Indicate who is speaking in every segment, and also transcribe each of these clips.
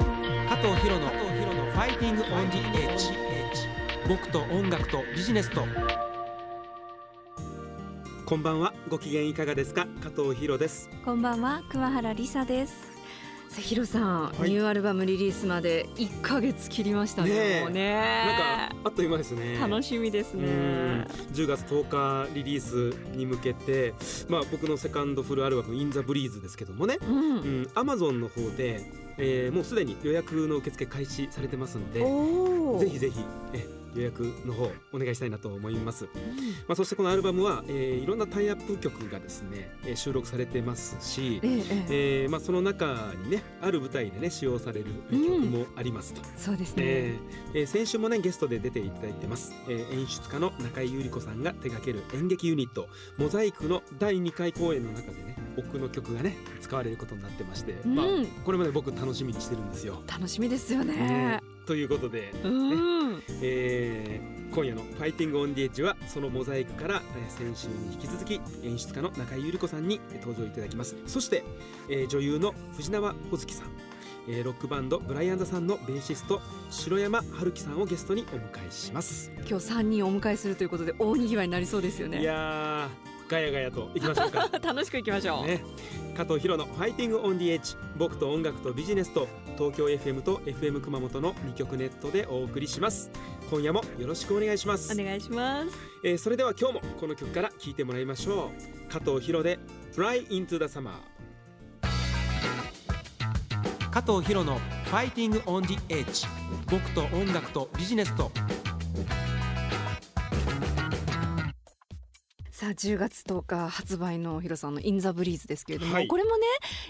Speaker 1: 藤博の「ファイティング・オン・ジ・エッジ」僕と音楽とビジネスとこんばんはご機嫌いかがですか加藤博です
Speaker 2: こんばんは熊原理沙ですさあヒロさん、
Speaker 1: はい
Speaker 2: ニューアルバムリリースまで一ヶ月切りましたね
Speaker 1: ねえ
Speaker 2: もうね
Speaker 1: なんかあっという間ですね
Speaker 2: 楽しみで
Speaker 1: う
Speaker 2: すね
Speaker 1: ん10月10日リリースに向けて、まあ、僕のセカンドフルアルバム「イン・ザ・ブリーズ」ですけどもね
Speaker 2: うん、
Speaker 1: うん、アマゾンの方で、えーもうすでに予約の受付開始されてますんで、
Speaker 2: おお
Speaker 1: ぜひぜひえ予約の方お願いしたいなと思います。まあそしてこのアルバムは、えーいろんなタイアップ曲がですね、えー収録されてますし
Speaker 2: え。えええ
Speaker 1: えーまあ、その中にねある舞台でね使用される
Speaker 2: うん
Speaker 1: 曲もありますと、
Speaker 2: そうですね、
Speaker 1: えーえー先週もねゲストで出ていただいてます、えー演出家の中井由里子さんが手掛ける演劇ユニットモザイクの第2回公演の中でね奥の曲がね使われることになってまして、
Speaker 2: うん
Speaker 1: まあ、これまで僕楽しみにしてるんですよ。
Speaker 2: 楽しみですよね、
Speaker 1: ということで、
Speaker 2: うん
Speaker 1: えー今夜の「ファイティング・オン・ディエッジ」はそのモザイクから、えー先週に引き続き演出家の中井由里子さんにえー登場いただきますそして、えー女優の藤縄穂月さん、えーロックバンドブライアン・ザさんのベーシスト城山春樹さんをゲストにお迎えします、
Speaker 2: 今日三人お迎えするということで大にぎわいになりそうですよ
Speaker 1: い
Speaker 2: ね
Speaker 1: やーガヤガヤといきましょうか
Speaker 2: 楽しくいきましょう、
Speaker 1: ね、加藤博の「ファイティング・オン・ディ・エッジ」僕と音楽とビジネスと東京 FM と FM 熊本の2曲ネットでお送りします今夜もよろしくお願いします
Speaker 2: お願いします
Speaker 1: えーそれでは今日もこの曲から聴いてもらいましょう加藤博で Fly into the summer 加藤博の Fighting on the Edge 僕と音楽とビジネスと
Speaker 2: さあ10月10日発売のヒロさんの「イン・ザ・ブリーズ」ですけれども、
Speaker 1: はい
Speaker 2: これもね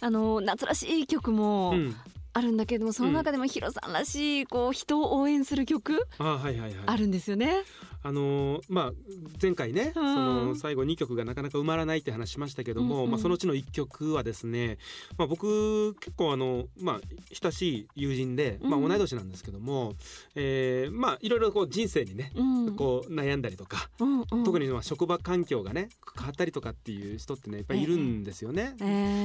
Speaker 2: あの夏らしい曲も
Speaker 1: うん
Speaker 2: あるんだけれども、その中でもヒロさんらしいこう人を応援する曲
Speaker 1: あーはいはいはい
Speaker 2: あるんですよね。
Speaker 1: あのーまあ前回ね、
Speaker 2: うん
Speaker 1: その最後2曲がなかなか埋まらないって話しましたけども、
Speaker 2: うんうん
Speaker 1: まあ、そのうちの1曲はですね、まあ、僕結構あの、まあ、親しい友人で、まあ、
Speaker 2: うん
Speaker 1: 同い年なんですけども、えーまあいろいろこう人生にね
Speaker 2: うん
Speaker 1: こう悩んだりとか、
Speaker 2: うんうん
Speaker 1: 特にまあ職場環境がね変わったりとかっていう人ってねやっぱりいるんですよね。
Speaker 2: えー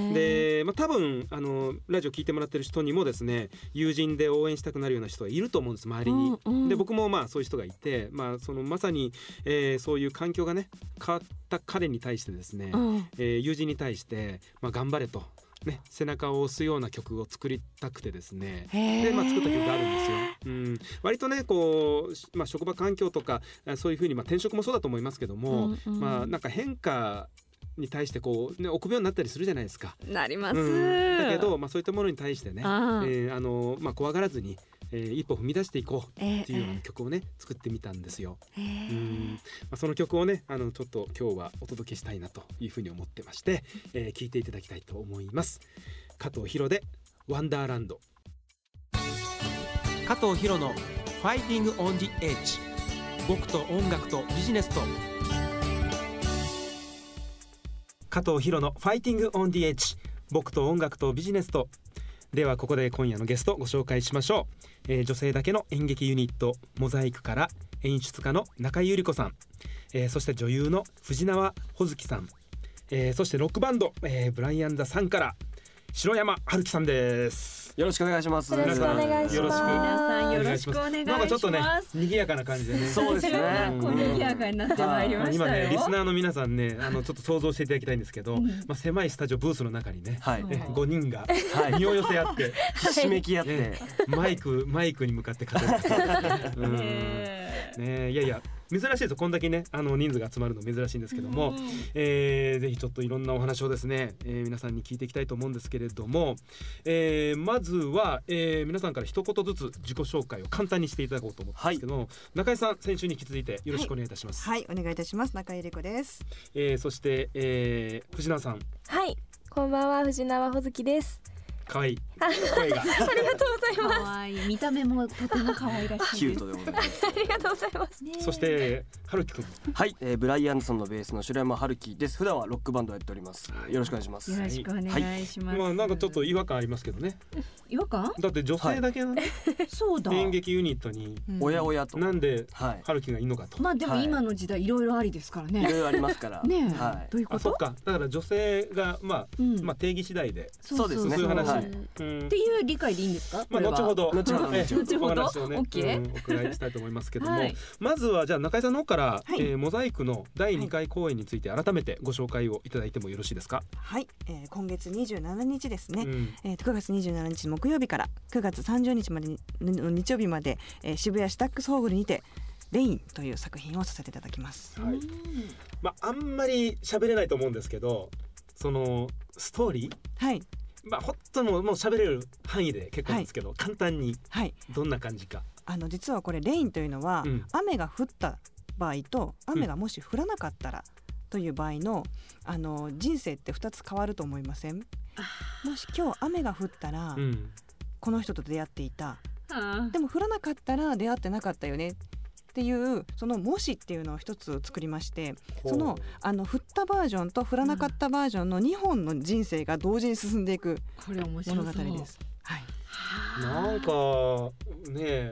Speaker 1: で、まあ、多分あのラジオ聞いてもらってる人にもですね友人で応援したくなるような人がいると思うんです周りに。
Speaker 2: うんうん
Speaker 1: で僕もまあそういう人がいて、まあ、そのまさに、えーそういう環境がね変わった彼に対してですね、
Speaker 2: うん
Speaker 1: えー友人に対して、まあ、頑張れと、ね、背中を押すような曲を作りたくてですねで、まあ、作った曲があるんですよ。うん、割とねこう、しまあ、職場環境とかあそういうふうに、まあ、転職もそうだと思いますけども、
Speaker 2: うんうん
Speaker 1: まあ、なんか変化に対してこう、ね、臆病になったりするじゃないですか。
Speaker 2: なります、
Speaker 1: うんだけど、まあ、そういったものに対してね、え
Speaker 2: ああ
Speaker 1: ーあのまあ、怖がらずに、えー一歩踏み出していこう
Speaker 2: えー
Speaker 1: っていうような曲をね作ってみたんですよ。
Speaker 2: えー
Speaker 1: うんまあ、その曲をねあのちょっと今日はお届けしたいなというふうに思ってまして、えー、聞いていただきたいと思います加藤博でワンダーランド加藤博のファイティングオンジエッジ僕と音楽とビジネスと加藤博のファイティングオンディエッジ僕と音楽とビジネスとではここで今夜のゲストご紹介しましょう、えー女性だけの演劇ユニットモザイクから演出家の中井由里子さん、えーそして女優の藤縄穂月さん、えーそしてロックバンド、えーブライアン・ザさんから城山春樹さんです
Speaker 3: よろしくお願いします。
Speaker 4: よろしくお願いします
Speaker 1: よろしく
Speaker 2: 皆さんよろしくお願いします
Speaker 1: なんかちょっとね賑やかな感じでね。
Speaker 3: そうですね
Speaker 1: こう賑や
Speaker 2: かになって
Speaker 3: まいり
Speaker 1: 今ねリスナーの皆さんねあのちょっと想像していただきたいんですけど、まあ狭いスタジオブースの中にね、
Speaker 3: はい。
Speaker 1: え5人が
Speaker 3: はい。
Speaker 1: 身を寄せ合って、
Speaker 3: ひしめき合って
Speaker 1: え。マイクマイクに向かって 語るっていう。うんねえいやいや珍しいですよこんだけねあの人数が集まるの珍しいんですけども、えーぜひちょっといろんなお話をですね、えー皆さんに聞いていきたいと思うんですけれども、えーまずは、えー皆さんから一言ずつ自己紹介を簡単にしていただこうと思うんですけども、中井さん先週に引き続いてよろしくお願いいたします。
Speaker 5: はい、お願いいたします。中井理子です。
Speaker 1: えーそして、えー藤野さん
Speaker 4: はい、こんばんは藤縄ほずきです。
Speaker 1: 可愛い声が
Speaker 4: ありがとうございます。
Speaker 2: 可愛い見た目もとても可愛らし
Speaker 3: キュ
Speaker 2: い
Speaker 3: ー
Speaker 2: です
Speaker 3: トでございます。
Speaker 4: ありがとうございます。
Speaker 2: ね
Speaker 1: そして春樹くん
Speaker 3: はい、えー、ブライアンソンのベースの白山春樹です。普段はロックバンドをやっております。よろしくお願いします。
Speaker 2: よ
Speaker 3: は
Speaker 2: ろ
Speaker 3: い。
Speaker 2: しくお願いします、
Speaker 1: まあなんかちょっと違和感ありますけどね
Speaker 2: 違和感
Speaker 1: だって女性だけのね、
Speaker 2: そうだ
Speaker 1: 演劇ユニットに
Speaker 3: おやおやと。
Speaker 1: なんで
Speaker 3: はい。
Speaker 1: 春樹がいいのかと、
Speaker 2: まあでも
Speaker 3: はい
Speaker 2: 今の時代いろいろありですから
Speaker 3: い ろ
Speaker 2: ね
Speaker 3: いろありますから。
Speaker 2: ねえ、
Speaker 3: は
Speaker 2: どういうこ
Speaker 1: あそ
Speaker 2: と
Speaker 1: っかだから女性がまあ、
Speaker 2: うん
Speaker 1: まあ定義次第で
Speaker 3: そうですね
Speaker 1: そういう話
Speaker 3: はい
Speaker 1: うんん
Speaker 6: っていう理解でいいんですか
Speaker 1: まあ、後ほど、
Speaker 3: 後ほど
Speaker 1: ええ
Speaker 2: 後ほど
Speaker 1: お話をね、
Speaker 2: OK
Speaker 1: うんお伺いしたいと思いますけども、
Speaker 2: はい
Speaker 1: まずはじゃあ中井さんの方から、
Speaker 5: はい
Speaker 1: えーモザイクの第2回公演について改めてご紹介をいただいてもよろしいですか。
Speaker 5: はい、えー、今月27日ですね、
Speaker 1: うん
Speaker 5: えー、と9月27日木曜日から9月30日までにの日曜日まで、えー、渋谷シタックスホールにて「レイン」という作品をさせていただきます。
Speaker 1: はい。まああんまり喋れないと思うんですけど、そのストーリー、
Speaker 5: はい、
Speaker 1: まあ本当のもう喋れる範囲で結構なんですけど、簡単に
Speaker 5: はい、
Speaker 1: どんな感じか。
Speaker 5: あの実はこれ「レイン」というのは、
Speaker 1: うん
Speaker 5: 雨が降った場合と雨がもし降らなかったら、という場合のあの人生って2つ変わると思いませんもし今日雨が降ったら、
Speaker 1: うん。
Speaker 5: この人と出会っていた
Speaker 2: あ
Speaker 5: でも降らなかったら出会ってなかったよねっていうその「もし」っていうのを一つ作りましてそのあの降ったバージョンと降らなかったバージョンの2本の人生が同時に進んでいく
Speaker 2: これ面白そ
Speaker 5: 物
Speaker 2: う
Speaker 5: 語です。はい、
Speaker 1: なんかねえ、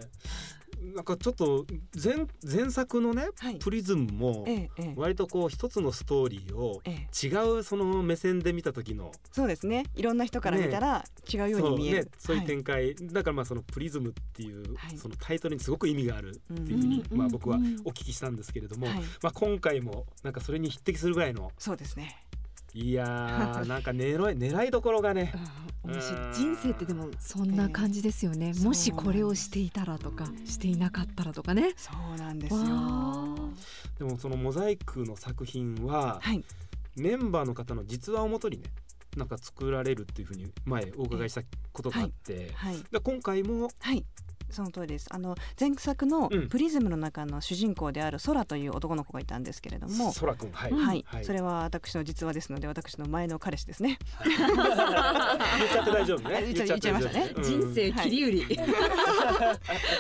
Speaker 1: なんかちょっと前前作のね、
Speaker 5: はい
Speaker 1: プリズムも
Speaker 5: ええええ
Speaker 1: 割とこう一つのストーリーを
Speaker 5: ええ、
Speaker 1: 違うその目線で見た時の
Speaker 5: そうですねいろんな人から見たら違うように見える、
Speaker 1: そうね、そういう
Speaker 5: はい
Speaker 1: 展開、だからまあそのプリズムっていう、
Speaker 5: はい
Speaker 1: そのタイトルにすごく意味があるっていうふうに、
Speaker 2: うん
Speaker 1: まあ僕は
Speaker 2: うんうんうん
Speaker 1: お聞きしたんですけれども、
Speaker 5: はい、
Speaker 1: まあ今回もなんかそれに匹敵するぐらいの
Speaker 5: そうですね
Speaker 1: いやー なんか狙い狙いどころがね、
Speaker 2: うん面白
Speaker 1: うん
Speaker 2: い人生ってでもそんな感じですよね、
Speaker 5: ええ
Speaker 2: もしこれをしていたらとかしていなかったらとかね
Speaker 5: そうなんです
Speaker 2: わ
Speaker 5: よ
Speaker 2: あ
Speaker 1: でもそのモザイクの作品は
Speaker 5: はい
Speaker 1: メンバーの方の実話をもとにねなんか作られるっていうふうに前お伺いしたことがあって、
Speaker 5: はい
Speaker 1: で今回も
Speaker 5: はいその通りですあの前作の
Speaker 1: うん
Speaker 5: 「プリズム」の中の主人公である空という男の子がいたんですけれども、
Speaker 1: そらくんはい、
Speaker 5: はい、
Speaker 1: はい
Speaker 5: それは私の実話ですので私の前の彼氏ですね
Speaker 1: 言っちゃって大丈夫
Speaker 5: あ
Speaker 1: ね
Speaker 5: 言っちゃ
Speaker 1: て大丈夫
Speaker 5: 言っちゃいましたね
Speaker 1: うん
Speaker 2: 人生切り売 り、
Speaker 5: であ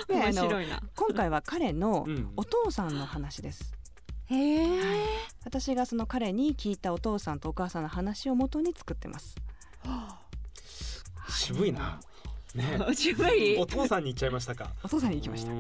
Speaker 2: 面
Speaker 5: の
Speaker 2: 白いな
Speaker 5: 今回は彼の
Speaker 1: うん
Speaker 5: お父さんの話です
Speaker 2: へえ、
Speaker 5: 私がその彼に聞いたお父さんとお母さんの話を元に作ってます
Speaker 1: 渋いな。 ね。
Speaker 2: 渋い
Speaker 1: お父さんに行っちゃいましたか。
Speaker 5: お父さんに行きました
Speaker 1: うー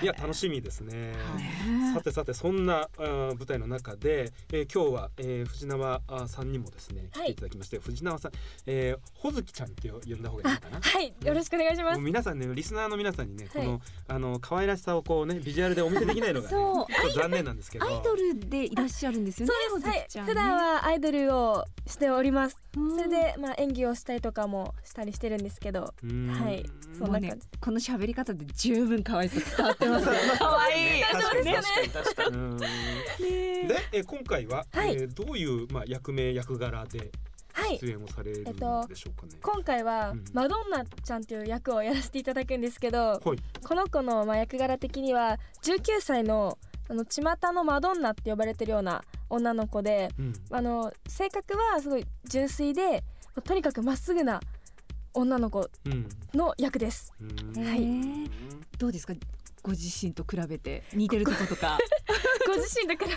Speaker 1: んいや楽しみですね。
Speaker 2: ね
Speaker 1: さてさてそんなあー舞台の中で、えー今日は、えー藤縄あーさんにもですね来
Speaker 4: はい
Speaker 1: ていただきまして、藤縄さん、えー、ほずきちゃんって呼んだ方がいいのかな。
Speaker 4: はい、よろしくお願いしま
Speaker 1: も
Speaker 4: す
Speaker 1: う。皆さんねリスナーの皆さんにね、こ
Speaker 4: は
Speaker 1: のあの可愛らしさをこうねビジュアルでお見せできないのが、ね、ち
Speaker 2: そう
Speaker 1: ょっと残念なんですけど。
Speaker 2: アイドルでいらっしゃるんですよね
Speaker 4: そうです。は
Speaker 2: ほ
Speaker 4: い
Speaker 2: ずきちゃ、んね
Speaker 4: 普段はアイドルをしております。
Speaker 2: うん
Speaker 4: それで、まあ、演技をしたりとかもしたりしてるんですけど。
Speaker 1: うーん
Speaker 4: はいそ
Speaker 2: も
Speaker 4: ん
Speaker 2: う
Speaker 4: な
Speaker 2: ね
Speaker 4: 感じ。
Speaker 2: この喋り方で十分可愛さ伝わってますよ可愛い
Speaker 3: 確かに確かに確かに
Speaker 1: うーんで、えー今回は、
Speaker 4: はい
Speaker 1: えーどういう、まあ、役名役柄で
Speaker 4: はい。
Speaker 1: 出演をされるんでしょうかね。
Speaker 4: 今回は
Speaker 1: うん
Speaker 4: マドンナちゃんという役をやらせていただくんですけど
Speaker 1: はい。
Speaker 4: この子のまあ役柄的には19歳のあの巷のマドンナって呼ばれてるような女の子で
Speaker 1: うん。
Speaker 4: あの性格はすごい純粋でとにかくまっすぐな女の子
Speaker 1: うん。
Speaker 4: の役です。
Speaker 1: うん
Speaker 4: はい
Speaker 2: いどうですかご自身と比べて似てるとことか
Speaker 4: ご自身と比べて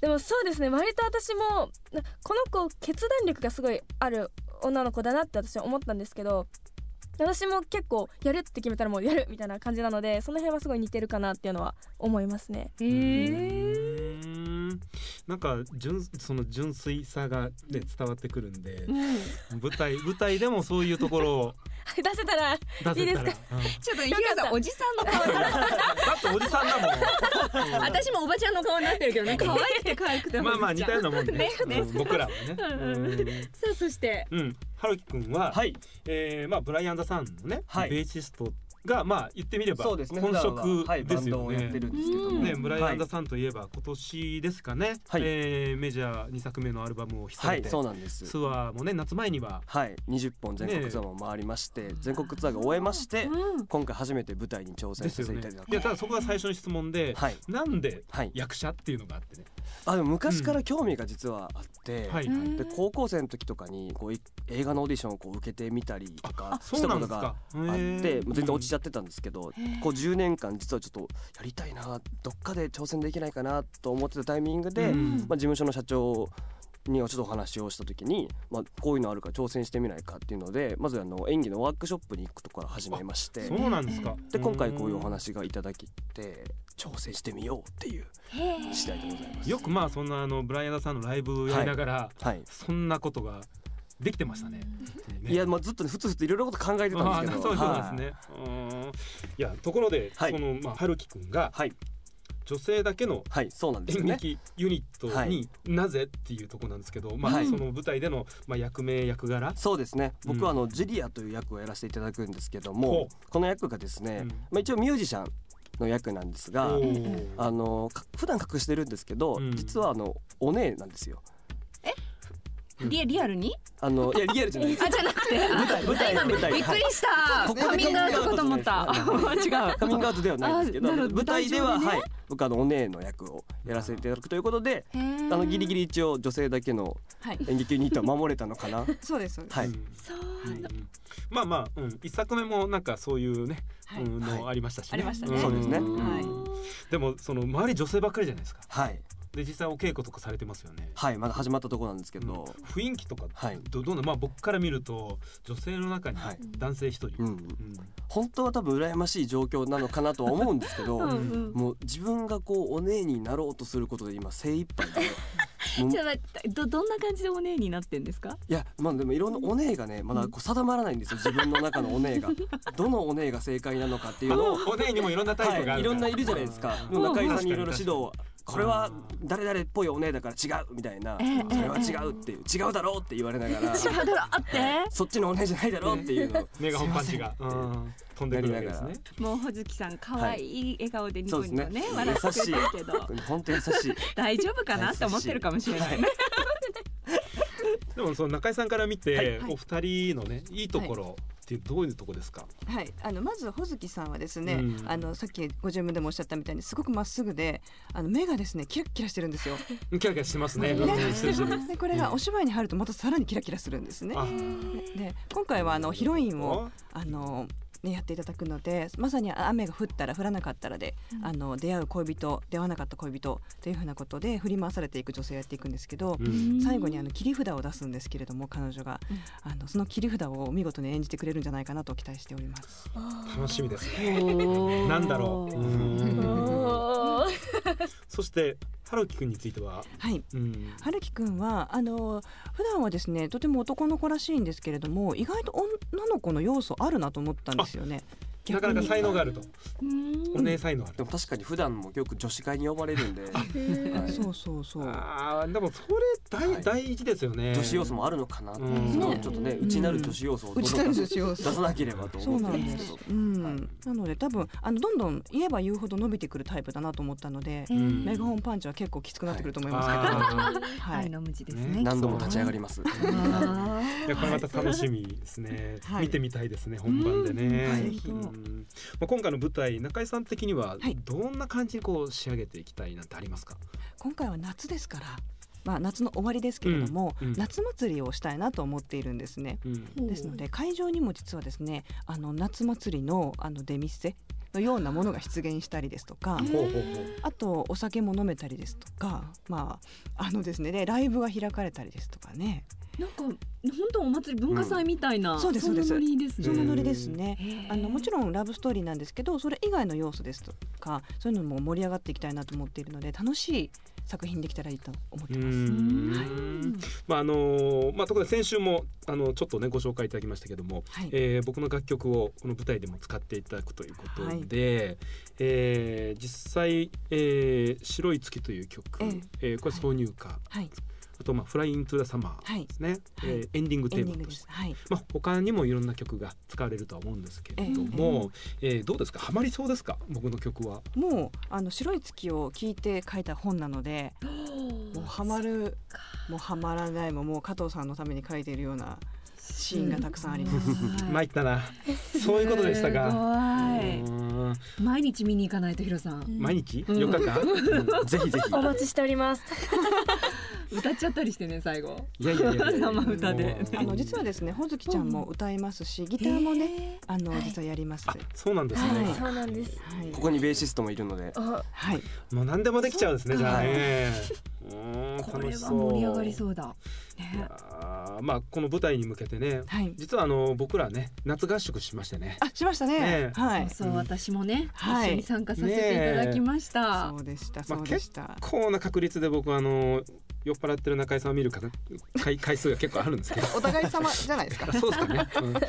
Speaker 4: でもそうですね割と私もなこの子決断力がすごいある女の子だなって私は思ったんですけど私も結構やるって決めたらもうやるみたいな感じなのでその辺はすごい似てるかなっていうのは思いますね。
Speaker 2: へえ
Speaker 1: うんなんか純その純粋さが、ね、伝わってくるんで舞台舞台でもそういうところを
Speaker 4: はい出せたら
Speaker 1: 出せたら
Speaker 4: いいですか
Speaker 1: うん
Speaker 2: ち ょっと
Speaker 4: よかった
Speaker 2: おじさんの顔になって
Speaker 1: だっておじさんだもんうん
Speaker 2: 私もおばちゃんの顔になってるけど ね可愛くて可愛く て
Speaker 1: まあまあ似たようなもんね
Speaker 2: ねね
Speaker 1: うん僕らもね
Speaker 2: うんさあそして
Speaker 1: うんうんはるきくんは、
Speaker 3: はい
Speaker 1: えーまあブライアン・ザ・さんのね、
Speaker 3: はい
Speaker 1: ベーシストがまあ言ってみれば
Speaker 3: そう
Speaker 1: 本
Speaker 3: ですね普段
Speaker 1: 職
Speaker 3: ははい
Speaker 1: で
Speaker 3: バ
Speaker 1: す
Speaker 3: ンド
Speaker 1: よ
Speaker 3: をやって
Speaker 1: ね
Speaker 3: るんですけども
Speaker 1: ねブライアン・ザ・
Speaker 3: はい
Speaker 1: さんといえば今年ですかね、
Speaker 3: はい
Speaker 1: えーメジャー2作目のアルバムを引っ
Speaker 3: は
Speaker 1: 提げ
Speaker 3: い
Speaker 1: て、
Speaker 3: そうなんです
Speaker 1: ツアーもね夏前には
Speaker 3: はい20本全国ツアーも回りまして全国ツアーが終えまして
Speaker 2: うん
Speaker 3: 今回初めて舞台に挑
Speaker 1: で
Speaker 3: 戦
Speaker 1: す
Speaker 3: さ
Speaker 1: よ
Speaker 3: せてい
Speaker 1: ね
Speaker 3: ただ。
Speaker 1: い
Speaker 3: く
Speaker 1: やただそこが最初の質問で、
Speaker 3: はい
Speaker 1: なんで
Speaker 3: はい
Speaker 1: 役者っていうのがあってね。
Speaker 3: あでも昔から興味が実はあって
Speaker 1: はい。
Speaker 3: で高校生の時とかにこうい映画のオーディションをこう受けてみたりとかし
Speaker 1: そう
Speaker 3: た
Speaker 1: なん
Speaker 3: こ
Speaker 1: で
Speaker 3: と
Speaker 1: す
Speaker 3: が
Speaker 1: か。
Speaker 3: あっ
Speaker 1: へ
Speaker 3: て
Speaker 1: ー
Speaker 3: もう全然落ちちゃってたんですけどこう10年間実はちょっとやりたいなどっかで挑戦できないかなと思ってたタイミングで、
Speaker 1: うん
Speaker 3: まあ、事務所の社長にちょっとお話をした時に、まあ、こういうのあるから挑戦してみないかっていうのでまずあの演技のワークショップに行くとこから始めまして
Speaker 1: そうなんですか。
Speaker 3: で今回こういうお
Speaker 1: ん。
Speaker 3: 話がいただきて挑戦してみようっていう次第でございます。
Speaker 1: よくまあそんなあのブライアンダさんのライブやりながら、
Speaker 3: はい
Speaker 1: そんなことができてましたね。ね
Speaker 3: いやまあずっとねふつふついろいろなこと考えてたんですけど
Speaker 1: あーそう
Speaker 3: は
Speaker 1: ないんですね。うんいやところで、
Speaker 3: はい
Speaker 1: そのまあ春樹くんが
Speaker 3: はい
Speaker 1: 女性だけの
Speaker 3: はいそうなんですよ
Speaker 1: 演
Speaker 3: ね
Speaker 1: 劇ユニットになぜっていうところなんですけど、まあ、
Speaker 3: はい
Speaker 1: その舞台でのまあ役名役柄、
Speaker 3: そうですね
Speaker 1: うん
Speaker 3: 僕はあのジュリアという役をやらせていただくんですけど
Speaker 1: ほ
Speaker 3: もこの役がですね、
Speaker 1: うん
Speaker 3: まあ、一応ミュージシャンの役なんですが
Speaker 1: おー
Speaker 3: あのか普段隠してるんですけど、
Speaker 1: うん
Speaker 3: 実はあのお姉なんですよ
Speaker 2: リリアルに
Speaker 3: あのいやリアルじゃないです
Speaker 2: あじゃなくて
Speaker 3: 舞台舞台舞台
Speaker 2: びっく
Speaker 3: は
Speaker 2: り
Speaker 3: い
Speaker 2: した
Speaker 3: そうですね
Speaker 2: カミングアウトかと思った
Speaker 3: カミングアウ
Speaker 2: 違う
Speaker 3: カミングアウトではないですけど
Speaker 2: あなるほど
Speaker 3: 舞台で
Speaker 2: 舞台上
Speaker 3: は、
Speaker 2: でね
Speaker 3: はい僕あのお姉の役をやらせていただくということで
Speaker 2: へ
Speaker 3: あ
Speaker 2: ー
Speaker 3: のギリギリ一応女性だけの
Speaker 2: はい
Speaker 3: 演劇ユニットは守れた のかな
Speaker 5: そうですそうです、
Speaker 3: はい
Speaker 1: うん
Speaker 2: そう
Speaker 1: うんうんまあまあ、うん、一作目もなんかそういうね、
Speaker 2: はい
Speaker 1: うん、の
Speaker 3: は
Speaker 1: ありましたし、ね
Speaker 2: ありましたね
Speaker 1: ん
Speaker 3: そうですね
Speaker 2: はい
Speaker 1: でもその周り女性ばっかりじゃないですか
Speaker 3: はい
Speaker 1: で実際お稽古とかされてますよね、
Speaker 3: はいまだ始まったところなんですけ
Speaker 1: うん
Speaker 3: ど、
Speaker 1: 雰囲気とか
Speaker 3: はい
Speaker 1: どどんなまあ僕から見ると女性の中に
Speaker 3: はい
Speaker 1: 男性一人、
Speaker 3: うん
Speaker 1: うん
Speaker 3: 本当は多分羨ましい状況なのかなとは思うんですけど、
Speaker 4: うんう
Speaker 1: うん
Speaker 4: ん
Speaker 3: もう自分がこうお姉になろうとすることで今精一杯でもう
Speaker 2: ちょっと待ってどどんな感じでお姉になってんですか
Speaker 3: いやまあでもいろんなお姉がねまだこう定まらないんですよ自分の中のお姉がどのお姉が正解なのかっ ていうのを、
Speaker 1: お姉にもいろんなタイプが
Speaker 3: は
Speaker 1: あ
Speaker 3: い、い
Speaker 1: るから、
Speaker 3: ろんないるじゃないですか
Speaker 1: う
Speaker 3: もう中井さんにいろいろ指導を
Speaker 1: かに
Speaker 3: これは誰々っぽいお姉だから違うみたいな
Speaker 2: ええ
Speaker 3: それは違うっていう違うだろうって言われながら
Speaker 2: 違うだろって
Speaker 3: そっちのお姉じゃないだろうっていうのを
Speaker 1: メガホンパンチが
Speaker 3: すいませんって
Speaker 1: うん飛んでくるわけです
Speaker 3: な
Speaker 1: ね
Speaker 3: り
Speaker 2: もうほずきさん可愛い笑顔でニコニコ
Speaker 3: そうで
Speaker 2: ね
Speaker 3: すね
Speaker 2: 笑ってくれてるけど
Speaker 3: 本当優しい
Speaker 2: 大丈夫かなって思ってるかもしれないね
Speaker 1: でもその中井さんから見て、
Speaker 5: はいはい
Speaker 1: お二人のねいいところってどういうとこですか、
Speaker 5: はい、あのまず穂月さんはですね、
Speaker 1: うん
Speaker 5: あのさっきご自分でもおっしゃったみたいにすごくまっすぐであの目がですねキラッキラしてるんですよ。
Speaker 1: キラキラしてますね、
Speaker 5: ね
Speaker 1: うんしてるしてる
Speaker 5: でこれがお芝居に入るとまたさらにキラキラするんですね。
Speaker 1: あ
Speaker 5: で今回はあのヒロインをあの、ね、やっていただくのでまさに雨が降ったら降らなかったらで、あの出会う恋人出会わなかった恋人というふうなことで振り回されていく女性をやっていくんですけど。
Speaker 1: うん
Speaker 5: 最後にあの切り札を出すんですけれども彼女が、あのその切り札を見事に演じてくれるんじゃないかなと期待しております。
Speaker 1: 楽しみですね
Speaker 2: おー
Speaker 1: なんだろう、うん
Speaker 4: おー
Speaker 1: そしてハロキ君については、
Speaker 5: はい
Speaker 1: うん、
Speaker 5: 春樹くんはあの普段はですねとても男の子らしいんですけれども意外と女の子の要素あるなと思ったんですよね。
Speaker 1: なかなか才能があると、
Speaker 2: うん
Speaker 1: お姉才能ある
Speaker 3: でも確かに普段もよく女子会に呼ばれるんで、はい
Speaker 5: そうそうそう。
Speaker 1: あーでもそれ大,、
Speaker 3: はい
Speaker 1: 大事ですよね
Speaker 3: 女子要素もあるのかなっていう
Speaker 1: うん
Speaker 3: そのちょっとね
Speaker 2: うん
Speaker 3: 内なる女子要素をどう
Speaker 5: 打ち
Speaker 3: ぞ
Speaker 5: たい
Speaker 3: 出
Speaker 5: ですよ。
Speaker 3: さなければと
Speaker 5: そう
Speaker 3: 思って
Speaker 5: な
Speaker 3: る
Speaker 5: ん
Speaker 3: ん
Speaker 5: で
Speaker 3: です
Speaker 5: す
Speaker 3: けど。
Speaker 5: うん、
Speaker 3: はい
Speaker 5: なので多分あのどんどん言えば言うほど伸びてくるタイプだなと思ったので、
Speaker 1: うん
Speaker 5: メガホンパンチは結構きつくなってくると思いますけど、
Speaker 1: あー
Speaker 5: は
Speaker 2: 愛
Speaker 5: い。
Speaker 2: の無知です
Speaker 1: ね
Speaker 2: ね
Speaker 3: 何度も立ち上がります。
Speaker 2: あ
Speaker 1: いやこれまた楽しみですね、
Speaker 5: はい
Speaker 1: 見てみたいですね本番でね、
Speaker 5: うん
Speaker 1: ぜ
Speaker 5: ぜ
Speaker 1: ひ
Speaker 5: ひ
Speaker 1: うんまあ、今回の舞台中井さん的には
Speaker 5: はい
Speaker 1: どんな感じにこう仕上げていきたいなんてありますか、
Speaker 5: 今回は夏ですから、まあ夏の終わりですけれども、
Speaker 1: うんうん
Speaker 5: 夏祭りをしたいなと思っているんですね。
Speaker 1: うん
Speaker 5: ですので会場にも実はですねあの夏祭りのあの出店のようなものが出現したりですとか
Speaker 1: ほうほうほう
Speaker 5: あとお酒も飲めたりですとかまああのですねでライブが開かれたりですとかね
Speaker 2: なんか本当お祭り文化祭みたいな、
Speaker 5: んそうですそうで
Speaker 2: ん
Speaker 5: す
Speaker 2: なノリですね
Speaker 5: そんなノリ
Speaker 1: へー
Speaker 5: ですね。あのもちろんラブストーリーなんですけどそれ以外の要素ですとかそういうのも盛り上がっていきたいなと思っているので楽しい作品できたらいいと思って
Speaker 1: う
Speaker 5: ます。
Speaker 1: ん
Speaker 2: は
Speaker 1: まああのーまあところで先週もあのちょっとねご紹介いただきましたけども、
Speaker 5: はい
Speaker 1: えー僕の楽曲をこの舞台でも使っていただくということで、えー実際、えー白い月という曲、え
Speaker 5: え
Speaker 1: ーこれ挿入歌、
Speaker 5: はい
Speaker 1: あとまあフライントゥザサマ
Speaker 5: は
Speaker 1: ー
Speaker 5: い
Speaker 1: ですね、
Speaker 5: はい
Speaker 1: えーエンディング
Speaker 5: エ
Speaker 1: テ
Speaker 5: ンデ
Speaker 1: ーマ
Speaker 5: ィング
Speaker 1: と
Speaker 5: で
Speaker 1: して
Speaker 5: す。はい
Speaker 1: まあ、他にもいろんな曲が使われるとは思うんですけれども、えーどうですかハマりそうですか僕の曲は。
Speaker 5: もうあの白い月を聞いて書いた本なのでもうハマるもうハマらないももう加藤さんのために書いているようなシーンがたくさんあります。
Speaker 2: す
Speaker 1: 参ったな そういうことで したか。う
Speaker 2: は
Speaker 1: ーん
Speaker 2: い毎日見に行かないとヒロさん
Speaker 1: 毎日、よか った、
Speaker 3: ぜひぜひ。
Speaker 4: お待ちしております
Speaker 2: 歌っちゃったりしてね最後
Speaker 1: いやいやいやいや
Speaker 2: 生歌 で
Speaker 1: もう
Speaker 5: あの実はですね、ほずきちゃんも歌いますし、ギターもね、あの実はやります。
Speaker 1: あそうなんですね、
Speaker 5: はい
Speaker 4: そうなんです
Speaker 5: はい
Speaker 3: こ、こにベーシストもいるので。
Speaker 4: あ
Speaker 5: はい、
Speaker 1: もう何でもできちゃうんですねじゃあね、うーん
Speaker 2: これ
Speaker 1: 楽し
Speaker 2: は
Speaker 1: そう
Speaker 2: 盛り上がりそうだ
Speaker 1: い
Speaker 2: ね
Speaker 1: やーまあこの舞台に向けてね
Speaker 5: はい、
Speaker 1: 実はあの僕らね夏合宿しましてね
Speaker 5: あ、しました
Speaker 1: ね
Speaker 5: ね。
Speaker 1: え
Speaker 5: はい、
Speaker 2: そう
Speaker 1: うん
Speaker 2: 私もね
Speaker 5: は
Speaker 2: 一
Speaker 5: い
Speaker 2: 緒に参加させていただきました
Speaker 5: そうでした、
Speaker 1: まあ
Speaker 5: そうでした。
Speaker 1: 結構な確率で僕はあの酔っ払ってる中井さんを見るかな回 回数が結構あるんですけど
Speaker 5: お互い様じゃないですか
Speaker 1: そうですかね、うんま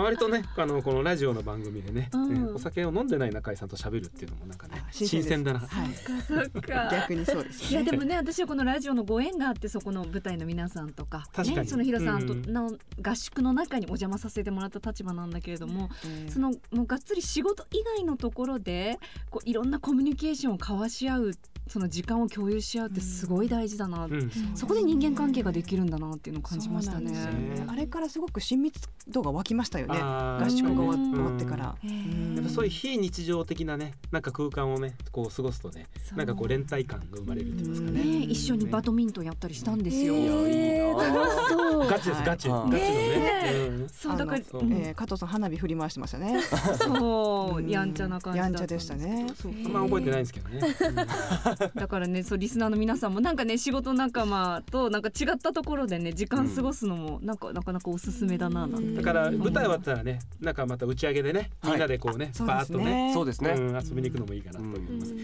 Speaker 1: あ、割とねあのこのラジオの番組でね、
Speaker 2: うん
Speaker 1: えーお酒を飲んでない中井さんと喋るっていうのもなんかね
Speaker 5: あ新
Speaker 1: 新鮮
Speaker 5: 鮮です
Speaker 1: だな、
Speaker 5: はい
Speaker 2: そっか
Speaker 5: 逆にそうです
Speaker 2: いやでもね私はこのラジオのご縁があってそこの舞台の皆さんとか
Speaker 1: 確かに
Speaker 2: ね、そのヒロさんと
Speaker 1: うん
Speaker 2: の合宿の中にお邪魔させてもらった立場なんだけれども、そのもうがっつり仕事以外のところでこういろんなコミュニケーションを交わし合うその時間を共有し合うってすごい大事だな、
Speaker 1: うん
Speaker 2: そこで人間関係ができるんだなっていうのを感じましたね。
Speaker 5: そうなんです
Speaker 1: ね
Speaker 5: よあれからすごく親密度が湧きましたよね
Speaker 1: あー
Speaker 5: 合宿が終わ
Speaker 2: うん
Speaker 5: 終わってから
Speaker 2: へ
Speaker 5: うん
Speaker 2: ー
Speaker 1: やっぱそういう非日常的なねなんか空間をねこう過ごすとね
Speaker 2: そう
Speaker 1: なんかこう連帯感が生まれるって言いますかね
Speaker 2: ね一緒にバドミントンやったりしたんですよ。
Speaker 4: えー
Speaker 3: いやいいな
Speaker 4: そう
Speaker 1: ガチです、
Speaker 5: はい
Speaker 1: ガチ、
Speaker 3: は
Speaker 1: ガチの
Speaker 3: い
Speaker 2: ね
Speaker 1: ね
Speaker 2: え
Speaker 1: うん
Speaker 2: そうだから、
Speaker 5: あの
Speaker 1: そう
Speaker 2: うん
Speaker 5: えー加藤さん花火振り回してましたね
Speaker 2: そううんやんちゃな感じだ
Speaker 5: や
Speaker 2: った
Speaker 5: ん
Speaker 2: ん
Speaker 5: ちゃでしたね
Speaker 2: そう
Speaker 1: あんま覚えてないんですけどね。
Speaker 2: だからねそうリスナーの皆さんもなんかね仕事仲間となんか違ったところでね時間過ごすのもなんか、なかなかおすすめだななん
Speaker 1: うんだ
Speaker 2: て
Speaker 1: から舞台終わったらね、なんかまた打ち上げでね、
Speaker 3: はい
Speaker 1: みんなでこうね、
Speaker 5: そうで
Speaker 1: バー
Speaker 5: す
Speaker 1: ッとね、
Speaker 5: ね
Speaker 3: そうですね、
Speaker 1: うん遊びに行くのもいいかなと思います。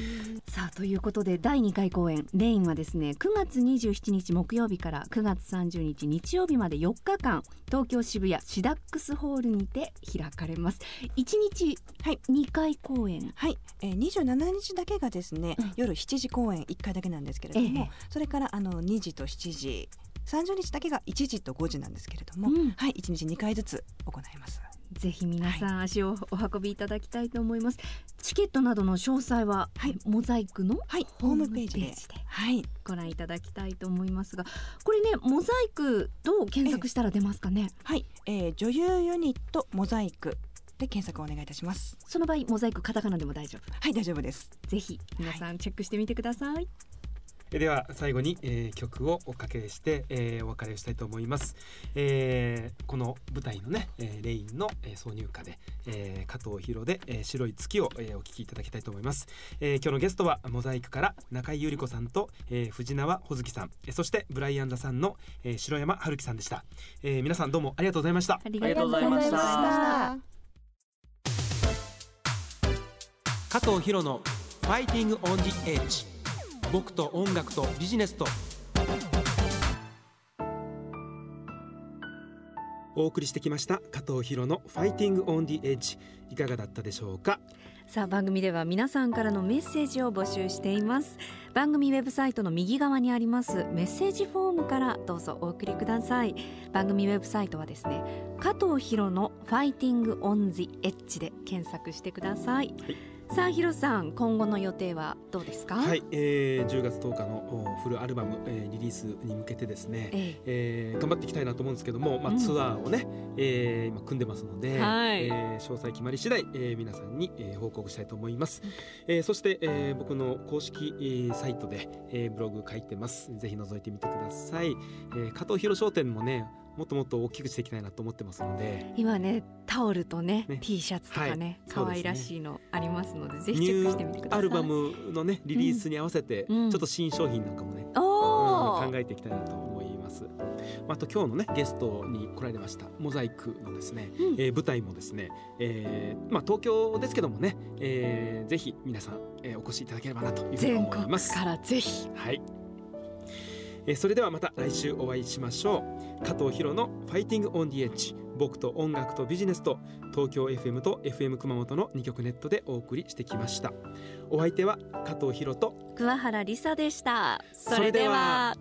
Speaker 2: さあということで第2回公演「レイン」はですね9月27日木曜日から9月30日日曜日まで4日間東京渋谷シダックスホールにて開かれます1日
Speaker 5: はい
Speaker 2: 2回公演
Speaker 5: はい、えー、27日だけがですね、
Speaker 2: うん
Speaker 5: 夜7時公演1回だけなんですけれども、
Speaker 2: ええ
Speaker 5: それからあの2時と7時30日だけが1時と5時なんですけれども、
Speaker 2: うん
Speaker 5: はい1日2回ずつ行います
Speaker 2: ぜひ皆さん足をお運びいただきたいと思います、チケットなどの詳細は、
Speaker 5: はい
Speaker 2: モザイクの
Speaker 5: はい
Speaker 2: ホ
Speaker 5: ホ
Speaker 2: ー
Speaker 5: ー
Speaker 2: ムペ
Speaker 5: ムペ
Speaker 2: ー
Speaker 5: ー
Speaker 2: ジ
Speaker 5: ジ
Speaker 2: で
Speaker 5: ではい
Speaker 2: ご覧いただきたいと思いますがこれねモザイクどう検索したら出ますかね、
Speaker 5: はい、えー、女優ユニットモザイクで検索をお願いいたします
Speaker 2: その場合モザイクカタカナでも大丈夫
Speaker 5: はい大丈夫です
Speaker 2: ぜひ皆さんチェックしてみてください、
Speaker 1: えでは最後に、えー曲をおかけして、えーお別れをしたいと思います。えーこの舞台のね、えーレインの、えー挿入歌で、えー加藤博で、えー白い月を、えーお聴きいただきたいと思います。えー今日のゲストはモザイクから中井由里子さんと、えー藤縄穂月さん、えーそしてブライアンザさんの、えー城山春樹さんでした、えー皆さんどうもありがとうございました。
Speaker 2: り
Speaker 3: がとうございました
Speaker 1: 加藤博のファイティングオンジエッジ僕と音楽とビジネスとお送りしてきました加藤博のファイティングオンディエッジいかがだったでしょうか
Speaker 2: さあ番組では皆さんからのメッセージを募集しています番組ウェブサイトの右側にありますメッセージフォームからどうぞお送りください番組ウェブサイトはですね加藤博のファイティングオンジエッジで検索してください、さあヒロさん今後の予定はどうですか
Speaker 1: はい、えー、10月10日のおフルアルバム、えーリリースに向けてですね、
Speaker 2: え
Speaker 1: えー頑張っていきたいなと思うんですけども、まあ、
Speaker 2: うん
Speaker 1: ツアーをね、えー今組んでますので、
Speaker 2: はい
Speaker 1: えー詳細決まり次第、えー皆さんに、えー報告したいと思います、えーそして、えー僕の公式、えーサイトで、えーブログ書いてますぜひ覗いてみてください、えー加藤博商店もねもっともっと大きくしていきたいなと思ってますので
Speaker 2: え今ねタオルとね
Speaker 1: ね
Speaker 2: T シャツとかね
Speaker 1: はい
Speaker 2: 可愛、
Speaker 1: そうですね
Speaker 2: らしいのありますのでぜひ
Speaker 1: ニ
Speaker 2: チェック
Speaker 1: ュ
Speaker 2: してみてくだ
Speaker 1: ー
Speaker 2: さい
Speaker 1: アルバムのねリリースに合わせて、
Speaker 2: うん
Speaker 1: ちょっと新商品なんかもね
Speaker 2: お
Speaker 1: うん
Speaker 2: ー
Speaker 1: 考えていきたいなと思います。あと今日のねゲストに来られましたモザイクのですね、
Speaker 2: うん
Speaker 1: えー舞台もですね、えーまあ東京ですけどもね、えーぜひ皆さん、えーお越しいただければなというふうに
Speaker 2: 全
Speaker 1: 思い
Speaker 2: 国
Speaker 1: ます。
Speaker 2: からぜひ
Speaker 1: はい。えーそれではまた来週お会いしましょう。加藤博のファイティングオンディエッジ、僕と音楽とビジネスと東京 FM と FM 熊本の2曲ネットでお送りしてきました。お相手は加藤博と
Speaker 2: 桑原理沙でした
Speaker 1: それでは